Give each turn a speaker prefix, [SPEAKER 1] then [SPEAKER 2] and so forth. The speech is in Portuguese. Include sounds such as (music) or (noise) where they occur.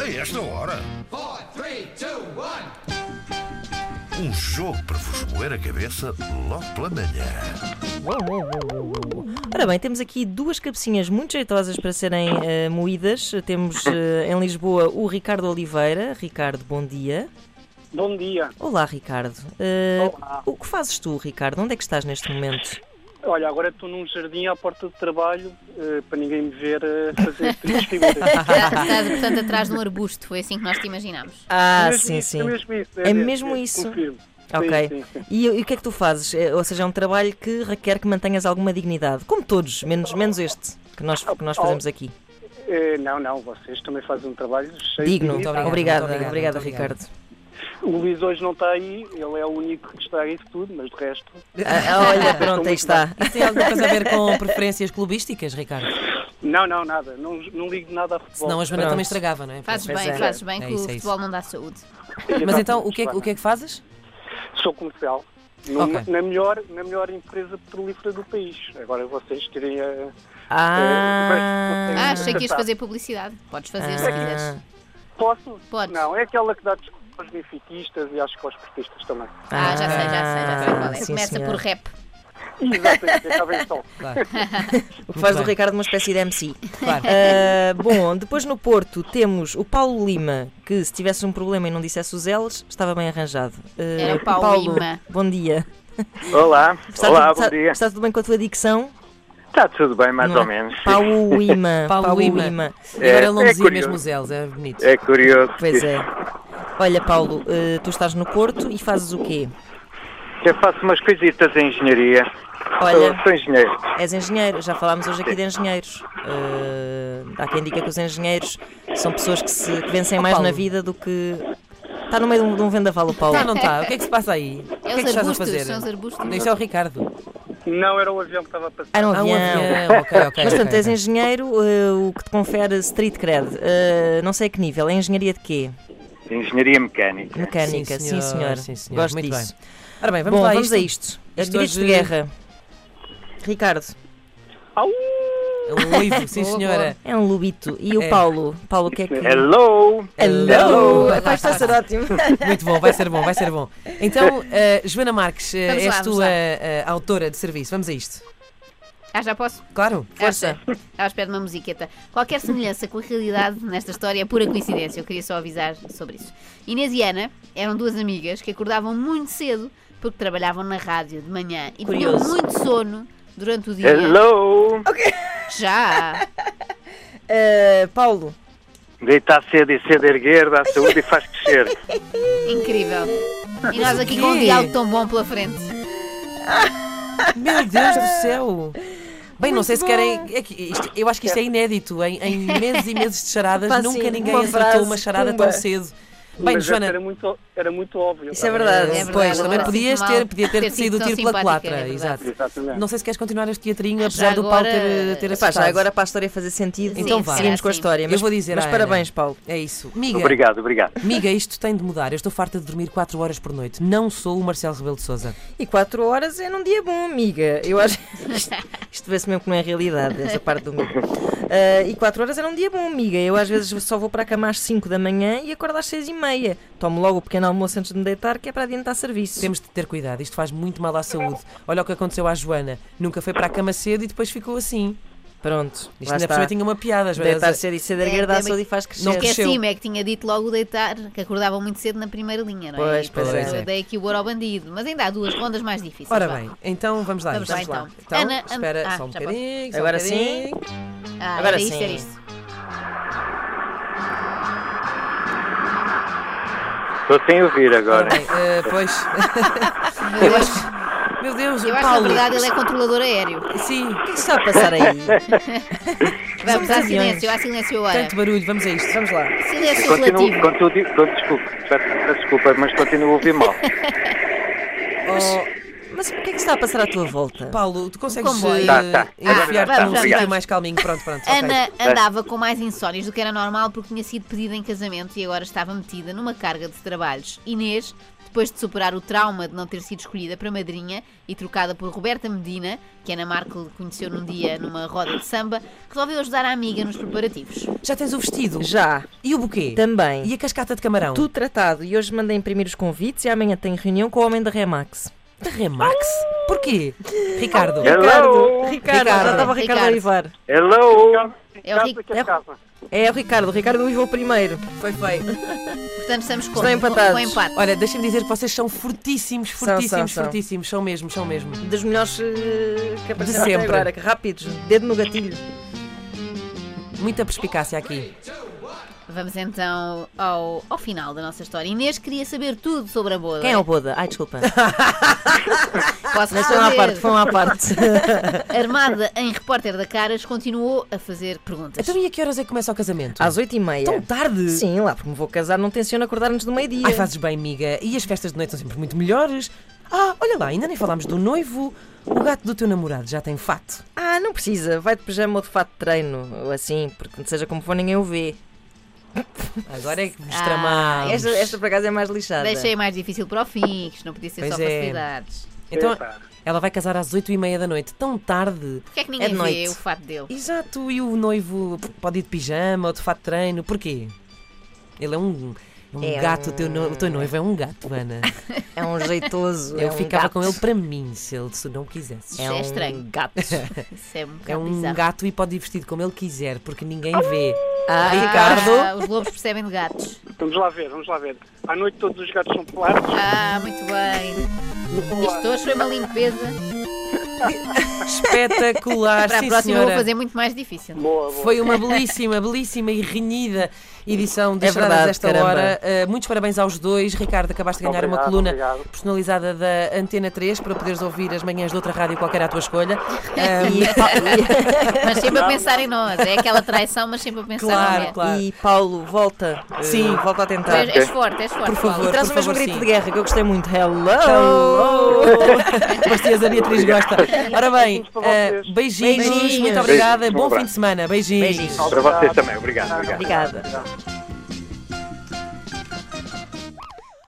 [SPEAKER 1] a esta hora?
[SPEAKER 2] Four, three, two, one.
[SPEAKER 1] Um jogo para vos moer a cabeça logo pela manhã.
[SPEAKER 3] Ora bem, temos aqui duas cabecinhas muito jeitosas para serem eh, moídas. Temos eh, em Lisboa o Ricardo Oliveira. Ricardo, bom dia.
[SPEAKER 4] Bom dia.
[SPEAKER 3] Olá, Ricardo. Eh,
[SPEAKER 4] Olá.
[SPEAKER 3] O que fazes tu, Ricardo? Onde é que estás neste momento?
[SPEAKER 4] Olha, agora estou num jardim à porta de trabalho eh, para ninguém me ver eh, fazer três
[SPEAKER 5] (laughs)
[SPEAKER 4] figuras.
[SPEAKER 5] Ah,
[SPEAKER 6] Estás, É, portanto, atrás de um arbusto, foi assim que nós te imaginámos.
[SPEAKER 3] Ah,
[SPEAKER 4] É mesmo
[SPEAKER 3] sim,
[SPEAKER 4] isso,
[SPEAKER 3] sim.
[SPEAKER 4] É mesmo isso.
[SPEAKER 3] É mesmo isso.
[SPEAKER 4] Confirmo. Sim,
[SPEAKER 3] Ok.
[SPEAKER 4] sim, sim.
[SPEAKER 3] E, e o que é que tu fazes? Eh, Ou seja, é um trabalho que requer que mantenhas alguma dignidade. Como todos, menos, menos este que nós, que nós fazemos aqui.
[SPEAKER 4] Eh, não, não, vocês também fazem um trabalho cheio
[SPEAKER 3] Digno.
[SPEAKER 4] de...
[SPEAKER 3] Obrigada, obrigada,
[SPEAKER 5] obrigado, Oh, muito obrigado, muito
[SPEAKER 3] Ricardo.
[SPEAKER 5] obrigado.
[SPEAKER 4] O Luís hoje não está aí, ele é o único que estraga isso tudo, mas de resto...
[SPEAKER 3] Ah, ah, olha, pronto, aí está.
[SPEAKER 5] Tem alguma coisa a
[SPEAKER 6] (laughs)
[SPEAKER 5] ver com preferências clubísticas, Ricardo?
[SPEAKER 4] Não, não, nada. Não, não ligo nada a futebol.
[SPEAKER 5] Senão a Joana
[SPEAKER 3] Pronto.
[SPEAKER 5] também estragava, não é?
[SPEAKER 6] Fazes
[SPEAKER 3] Pois
[SPEAKER 6] bem,
[SPEAKER 3] é.
[SPEAKER 6] fazes bem
[SPEAKER 5] É
[SPEAKER 6] que
[SPEAKER 5] isso,
[SPEAKER 6] o
[SPEAKER 5] é isso.
[SPEAKER 6] futebol não dá saúde.
[SPEAKER 5] Mas então, o que, é, que- o que é que fazes?
[SPEAKER 4] Sou comercial. Numa-
[SPEAKER 5] Ok.
[SPEAKER 4] na, melhor, na melhor empresa petrolífera do país. Agora vocês terem a...
[SPEAKER 3] Ah,
[SPEAKER 6] Ah,
[SPEAKER 5] Eh,
[SPEAKER 4] Ah.
[SPEAKER 6] achei que ias fazer publicidade. Podes fazer
[SPEAKER 5] Ah,
[SPEAKER 6] se
[SPEAKER 3] Ah.
[SPEAKER 6] quiseres.
[SPEAKER 4] Posso?
[SPEAKER 6] Podes.
[SPEAKER 4] Não, é aquela que dá desculpa aos benfiquistas e acho que aos portistas também.
[SPEAKER 6] Ah, já sei, já sei, já sei qual é.
[SPEAKER 3] Sim,
[SPEAKER 6] Começa
[SPEAKER 3] senhora.
[SPEAKER 6] por rap.
[SPEAKER 5] é
[SPEAKER 4] Exatamente, está bem só.
[SPEAKER 3] O que faz do
[SPEAKER 5] Muito bem.
[SPEAKER 3] Ricardo uma espécie de MC.
[SPEAKER 6] É
[SPEAKER 5] Claro.
[SPEAKER 3] Ah, bom, depois no Porto temos o Paulo Lima, que se tivesse um problema e não dissesse os L's, estava bem arranjado. Ah,
[SPEAKER 6] Era o Paulo Lima.
[SPEAKER 3] Bom dia.
[SPEAKER 7] Olá,
[SPEAKER 3] Está
[SPEAKER 7] olá,
[SPEAKER 3] tudo,
[SPEAKER 7] bom
[SPEAKER 3] está-
[SPEAKER 7] dia.
[SPEAKER 3] Está tudo bem com a tua dicção?
[SPEAKER 7] Está tudo bem, mais
[SPEAKER 3] Não é?
[SPEAKER 7] ou menos.
[SPEAKER 3] Paulo Lima.
[SPEAKER 5] (laughs) Paulo Lima.
[SPEAKER 7] É,
[SPEAKER 5] Agora ele não
[SPEAKER 7] é
[SPEAKER 5] dizia
[SPEAKER 7] curioso.
[SPEAKER 5] mesmo os L's, é bonito.
[SPEAKER 7] É curioso.
[SPEAKER 3] Pois
[SPEAKER 7] que
[SPEAKER 3] é. Olha, Paulo, ah, tu estás no Porto e fazes o quê?
[SPEAKER 7] Eu faço umas coisitas em engenharia.
[SPEAKER 3] é. Olha.
[SPEAKER 7] Sou, sou engenheiro.
[SPEAKER 3] És engenheiro, já falámos hoje aqui de engenheiros. Ah, há quem diga que os engenheiros são pessoas que, se, que vencem mais
[SPEAKER 5] Paulo.
[SPEAKER 3] na vida do que. Está no meio de um, de um vendaval, o Paulo.
[SPEAKER 5] Está, não está? O que é que se passa aí? o que é
[SPEAKER 6] É
[SPEAKER 5] que
[SPEAKER 6] os
[SPEAKER 5] estás a
[SPEAKER 6] arbustos,
[SPEAKER 5] fazer?
[SPEAKER 6] são os arbustos.
[SPEAKER 5] Não, Isto é o Ricardo.
[SPEAKER 4] Não era o avião que estava a passar.
[SPEAKER 3] Ah, não,
[SPEAKER 5] Ah, um
[SPEAKER 3] avião.
[SPEAKER 5] avião. Ok, ok.
[SPEAKER 3] Mas portanto,
[SPEAKER 5] ok. (laughs)
[SPEAKER 3] és engenheiro, eh, o que te confere street cred, eh, não sei a que nível, é engenharia de quê?
[SPEAKER 7] Engenharia mecânica.
[SPEAKER 3] Mecânica, sim, senhor.
[SPEAKER 5] Sim, senhor.
[SPEAKER 3] Gosto
[SPEAKER 5] Muito
[SPEAKER 3] disso.
[SPEAKER 5] bem. Ora bem, vamos
[SPEAKER 3] Bom,
[SPEAKER 5] lá a
[SPEAKER 3] vamos
[SPEAKER 5] isto.
[SPEAKER 3] a isto.
[SPEAKER 5] Isto
[SPEAKER 3] Direitos de
[SPEAKER 5] hoje-
[SPEAKER 3] guerra. Ricardo,
[SPEAKER 5] É um
[SPEAKER 3] (laughs)
[SPEAKER 5] livro, sim,
[SPEAKER 6] Boa,
[SPEAKER 5] senhora.
[SPEAKER 3] é um lubito. E o
[SPEAKER 5] É.
[SPEAKER 3] Paulo? Paulo, o que é que.
[SPEAKER 7] Hello!
[SPEAKER 3] Hello!
[SPEAKER 5] Hello!
[SPEAKER 3] Epá, isto vai ser ótimo.
[SPEAKER 5] (laughs) Muito bom, vai ser bom, vai ser bom. Então, eh, Joana Marques, eh,
[SPEAKER 6] Vamos lá,
[SPEAKER 5] és
[SPEAKER 6] vamos
[SPEAKER 5] tu
[SPEAKER 6] lá.
[SPEAKER 5] a, a autora de serviço. Vamos a isto.
[SPEAKER 6] Ah, já posso?
[SPEAKER 5] Claro.
[SPEAKER 3] Força.
[SPEAKER 6] Ah, Estava à espera de uma musiqueta. Qualquer semelhança com a realidade nesta história é pura coincidência. Eu queria só avisar sobre isso. Inês e Ana eram duas amigas que acordavam muito cedo porque trabalhavam na rádio de manhã e tinham
[SPEAKER 3] Curioso.
[SPEAKER 6] muito sono durante o dia.
[SPEAKER 7] Hello!
[SPEAKER 6] Já!
[SPEAKER 3] Eh, Paulo,
[SPEAKER 7] Deitar cedo e cedo erguer dá
[SPEAKER 3] é.
[SPEAKER 7] saúde e faz
[SPEAKER 3] (laughs)
[SPEAKER 7] crescer.
[SPEAKER 6] Incrível! E nós aqui
[SPEAKER 5] quê?
[SPEAKER 6] com um diálogo tão bom pela frente.
[SPEAKER 5] Meu Deus do céu. Bem, não sei se
[SPEAKER 3] bom.
[SPEAKER 5] querem. é que isto- eu acho que isto é inédito. Em, em meses e meses de charadas,
[SPEAKER 3] Pá,
[SPEAKER 5] nunca
[SPEAKER 3] sim,
[SPEAKER 5] ninguém
[SPEAKER 3] uma
[SPEAKER 5] acertou
[SPEAKER 3] frase,
[SPEAKER 5] uma charada
[SPEAKER 3] pumba.
[SPEAKER 5] tão cedo. Bem,
[SPEAKER 4] Mas
[SPEAKER 5] Joana,
[SPEAKER 4] era muito, era muito óbvio.
[SPEAKER 3] Isso é
[SPEAKER 4] Estava-
[SPEAKER 3] verdade.
[SPEAKER 6] É verdade, agora
[SPEAKER 5] pois, também
[SPEAKER 6] sinto
[SPEAKER 5] podias
[SPEAKER 6] mal
[SPEAKER 5] ter, podia ter
[SPEAKER 6] ter sido
[SPEAKER 5] sido o
[SPEAKER 6] tão
[SPEAKER 5] tiro pela
[SPEAKER 6] simpática,
[SPEAKER 5] culatra.
[SPEAKER 6] é verdade.
[SPEAKER 5] exato.
[SPEAKER 4] Exatamente.
[SPEAKER 5] Não sei se queres continuar este teatrinho,
[SPEAKER 6] Já
[SPEAKER 5] apesar do Paulo
[SPEAKER 6] agora-
[SPEAKER 5] ter, ter
[SPEAKER 3] Epá, já
[SPEAKER 5] acertado.
[SPEAKER 3] agora para a história fazer sentido,
[SPEAKER 6] Sim,
[SPEAKER 3] então
[SPEAKER 6] será
[SPEAKER 3] seguimos com a
[SPEAKER 6] assim.
[SPEAKER 3] história.
[SPEAKER 5] Eu
[SPEAKER 3] Mas,
[SPEAKER 5] vou dizer
[SPEAKER 3] mas
[SPEAKER 5] à Ana.
[SPEAKER 3] parabéns, Paulo.
[SPEAKER 5] É isso. Miga,
[SPEAKER 7] Obrigado, obrigado.
[SPEAKER 5] miga, isto tem de mudar. Eu estou farta de dormir 4 horas por noite. Não sou o Marcelo Rebelo de Souza.
[SPEAKER 3] E 4 horas é num dia bom, amiga. Eu acho. Isto, isto vê-se mesmo que não é realidade, essa parte do migo. Ah, e 4 horas era um dia bom, amiga. Eu às vezes só vou para a cama às 5 da manhã e acordo às 6 e meia. Tomo logo o pequeno almoço antes de me deitar, que é para adiantar serviço.
[SPEAKER 5] Temos de ter cuidado, isto faz muito mal à saúde. Olha o que aconteceu à Joana. Nunca foi para a cama cedo e depois ficou assim.
[SPEAKER 3] Pronto,
[SPEAKER 5] Isto
[SPEAKER 3] lá
[SPEAKER 5] ainda por cima
[SPEAKER 3] está.
[SPEAKER 5] tinha uma piada, Joana.
[SPEAKER 3] Deitar cedo e cedo
[SPEAKER 6] É,
[SPEAKER 3] erguer dá
[SPEAKER 6] também-
[SPEAKER 3] saúde e faz crescer.
[SPEAKER 5] Não quer-
[SPEAKER 6] Esqueci-me, é que tinha dito logo deitar, que acordavam muito cedo na primeira linha, não é?
[SPEAKER 3] Pois,
[SPEAKER 6] E depois
[SPEAKER 5] pois
[SPEAKER 6] eu
[SPEAKER 5] é.
[SPEAKER 6] dei aqui o ouro ao bandido, mas ainda há duas rondas mais difíceis.
[SPEAKER 5] Ora
[SPEAKER 6] vá.
[SPEAKER 5] bem, então vamos lá.
[SPEAKER 6] Vamos lá, então. Ana, Ana-
[SPEAKER 5] espera
[SPEAKER 6] Ah,
[SPEAKER 5] só um
[SPEAKER 6] já
[SPEAKER 5] bocadinho. só um
[SPEAKER 3] Agora sim.
[SPEAKER 5] bocadinho.
[SPEAKER 6] Ah,
[SPEAKER 3] Agora
[SPEAKER 6] era isto,
[SPEAKER 3] sim.
[SPEAKER 6] era isto.
[SPEAKER 7] Estou sem ouvir agora.
[SPEAKER 5] Bem, eh, pois. (laughs)
[SPEAKER 6] Meu Deus,
[SPEAKER 5] Meu Deus,
[SPEAKER 6] eu acho que na
[SPEAKER 5] Paulo.
[SPEAKER 6] verdade ele é controlador aéreo.
[SPEAKER 5] Sim,
[SPEAKER 3] O que é que está a passar aí?
[SPEAKER 6] Vamos, há
[SPEAKER 3] aviões.
[SPEAKER 6] silêncio, há silêncio agora.
[SPEAKER 5] tanto barulho, vamos a isto.
[SPEAKER 3] Vamos lá. É
[SPEAKER 6] Silêncio
[SPEAKER 7] Continuo,
[SPEAKER 6] relativo.
[SPEAKER 7] continuo, con- desculpe, peço- peço desculpa, mas continuo a ouvir mal.
[SPEAKER 3] Oh, mas o que é que está a passar à tua volta?
[SPEAKER 5] Paulo, tu consegues
[SPEAKER 6] comboio.
[SPEAKER 5] eh,
[SPEAKER 7] Tá, tá.
[SPEAKER 5] enfiar-te
[SPEAKER 6] Ah,
[SPEAKER 5] num
[SPEAKER 6] vamos,
[SPEAKER 5] sítio
[SPEAKER 6] vamos.
[SPEAKER 5] mais calminho? Pronto, pronto. ok.
[SPEAKER 6] Ana andava com mais insónias do que era normal porque tinha sido pedida em casamento e agora estava metida numa carga de trabalhos. Inês Depois de superar o trauma de não ter sido escolhida para madrinha e trocada por Roberta Medina, que Ana Marco conheceu num dia numa roda de samba, resolveu ajudar a amiga nos preparativos.
[SPEAKER 5] Já tens o vestido?
[SPEAKER 3] Já,
[SPEAKER 5] E o buquê?
[SPEAKER 3] também. é
[SPEAKER 5] E a cascata de camarão?
[SPEAKER 3] Tudo tratado. E hoje mandei imprimir os convites e amanhã tenho reunião com o homem da Remax.
[SPEAKER 5] de Remax? Porquê? Ricardo.
[SPEAKER 7] Hello!
[SPEAKER 3] Ricardo, Ricardo, já estava o Ricardo a
[SPEAKER 6] Ricardo.
[SPEAKER 3] Olivar.
[SPEAKER 7] Hello!
[SPEAKER 6] É o Rico.
[SPEAKER 4] Casa, que é casa.
[SPEAKER 3] É o Ricardo, o Ricardo uivou primeiro.
[SPEAKER 5] Foi feio.
[SPEAKER 6] Portanto, estamos com,
[SPEAKER 3] Estão empatados.
[SPEAKER 6] com, com empate.
[SPEAKER 5] Olha, deixa-me dizer que vocês são fortíssimos,
[SPEAKER 3] São,
[SPEAKER 5] fortíssimos,
[SPEAKER 3] são, são.
[SPEAKER 5] fortíssimos. São mesmo, são mesmo.
[SPEAKER 3] Um Dos melhores eh, que apareceram até
[SPEAKER 5] sempre.
[SPEAKER 3] agora. que Rápidos, dedo no gatilho.
[SPEAKER 5] Muita perspicácia aqui.
[SPEAKER 6] Vamos então ao, ao final da nossa história. Inês queria saber tudo sobre a boda.
[SPEAKER 3] Quem é o Boda? Ai, desculpa.
[SPEAKER 6] Posso
[SPEAKER 3] Mas foi uma à
[SPEAKER 6] responder?
[SPEAKER 3] parte, foi uma à (laughs) parte.
[SPEAKER 6] Armada em repórter da Caras, continuou a fazer perguntas.
[SPEAKER 5] Então e a que horas é que começa o casamento?
[SPEAKER 3] Às oito e meia.
[SPEAKER 5] Tão tarde?
[SPEAKER 3] Sim, lá porque me vou casar, não tenciono acordar antes do meio-dia.
[SPEAKER 5] Ai, fazes bem, amiga. E as festas de noite são sempre muito melhores. Ah, olha lá, ainda nem falámos do noivo. O gato do teu namorado já tem fato.
[SPEAKER 3] Ah, não precisa, vai de pijama ou de fato de treino, ou assim, porque seja como for, ninguém o vê.
[SPEAKER 5] Agora é que nos
[SPEAKER 6] Ah,
[SPEAKER 5] tramamos.
[SPEAKER 3] Esta, esta por acaso é mais lixada.
[SPEAKER 6] Deixei mais difícil para o fim, que isto não podia ser
[SPEAKER 5] Pois
[SPEAKER 6] só
[SPEAKER 5] é.
[SPEAKER 6] facilidades.
[SPEAKER 4] É,
[SPEAKER 5] Então,
[SPEAKER 7] Epá.
[SPEAKER 5] ela vai casar às oito e meia da noite. Tão tarde.
[SPEAKER 6] Porquê é que
[SPEAKER 3] É de
[SPEAKER 6] ninguém vê
[SPEAKER 3] noite.
[SPEAKER 6] o fato dele?
[SPEAKER 5] Exato, e o noivo pode ir de pijama ou de fato de treino, porquê? Ele é um, é um
[SPEAKER 3] É
[SPEAKER 5] gato,
[SPEAKER 3] um-
[SPEAKER 5] O, teu no- o teu noivo é um gato, Ana.
[SPEAKER 3] É um (laughs) jeitoso.
[SPEAKER 5] Eu
[SPEAKER 3] é um
[SPEAKER 5] ficava
[SPEAKER 3] gato.
[SPEAKER 5] com ele para mim se ele se não quisesse.
[SPEAKER 6] Isso é estranho.
[SPEAKER 3] Um (laughs) gato.
[SPEAKER 6] Isso é um
[SPEAKER 5] É
[SPEAKER 6] bocado
[SPEAKER 5] um
[SPEAKER 6] bizarro.
[SPEAKER 5] gato e pode ir vestido como ele quiser, porque ninguém vê.
[SPEAKER 3] Ah,
[SPEAKER 6] Ah,
[SPEAKER 5] Ricardo,
[SPEAKER 6] os lobos percebem de gatos.
[SPEAKER 4] Vamos lá ver, vamos lá ver. À noite todos os gatos são pelados.
[SPEAKER 6] Ah, muito bem. Isto hoje foi uma limpeza. (laughs)
[SPEAKER 5] espetacular,
[SPEAKER 6] Para a
[SPEAKER 5] Ah, sim
[SPEAKER 6] próxima eu vou
[SPEAKER 5] senhora.
[SPEAKER 6] fazer muito mais difícil.
[SPEAKER 4] Boa, boa.
[SPEAKER 5] Foi uma belíssima, belíssima e renhida edição de
[SPEAKER 3] É
[SPEAKER 5] Charadas
[SPEAKER 3] verdade,
[SPEAKER 5] desta
[SPEAKER 3] caramba.
[SPEAKER 5] hora. Uh, muitos parabéns aos dois. Ricardo, acabaste de ganhar uma
[SPEAKER 4] Obrigado,
[SPEAKER 5] coluna
[SPEAKER 4] obrigado.
[SPEAKER 5] personalizada da Antena 3 para poderes ouvir as manhãs de outra rádio qualquer à tua escolha. Um,
[SPEAKER 3] E,
[SPEAKER 5] (laughs)
[SPEAKER 3] Pa-
[SPEAKER 6] Mas sempre a pensar em nós. É aquela traição, mas sempre a pensar
[SPEAKER 5] Claro,
[SPEAKER 6] em nós.
[SPEAKER 5] claro.
[SPEAKER 3] e- e Paulo, volta.
[SPEAKER 5] Sim.
[SPEAKER 3] Eh, volta a
[SPEAKER 6] Tu és,
[SPEAKER 3] tentar.
[SPEAKER 6] és forte, és forte.
[SPEAKER 5] Por favor.
[SPEAKER 6] Paulo.
[SPEAKER 3] E traz o
[SPEAKER 5] por
[SPEAKER 3] mesmo
[SPEAKER 5] favor,
[SPEAKER 3] grito
[SPEAKER 5] sim.
[SPEAKER 3] de guerra que eu gostei muito. Hello!
[SPEAKER 5] (laughs) Parecia então, a Beatriz Gosta. Ora bem,
[SPEAKER 4] Beijinhos para
[SPEAKER 5] eh,
[SPEAKER 4] vocês.
[SPEAKER 5] beijinhos,
[SPEAKER 3] Beijinhos.
[SPEAKER 5] muito obrigada.
[SPEAKER 7] Beijinhos, um
[SPEAKER 5] Bom fim
[SPEAKER 7] abraço.
[SPEAKER 5] de semana.
[SPEAKER 3] Beijinhos.
[SPEAKER 7] Para vocês também, obrigado. obrigado.
[SPEAKER 3] Obrigada.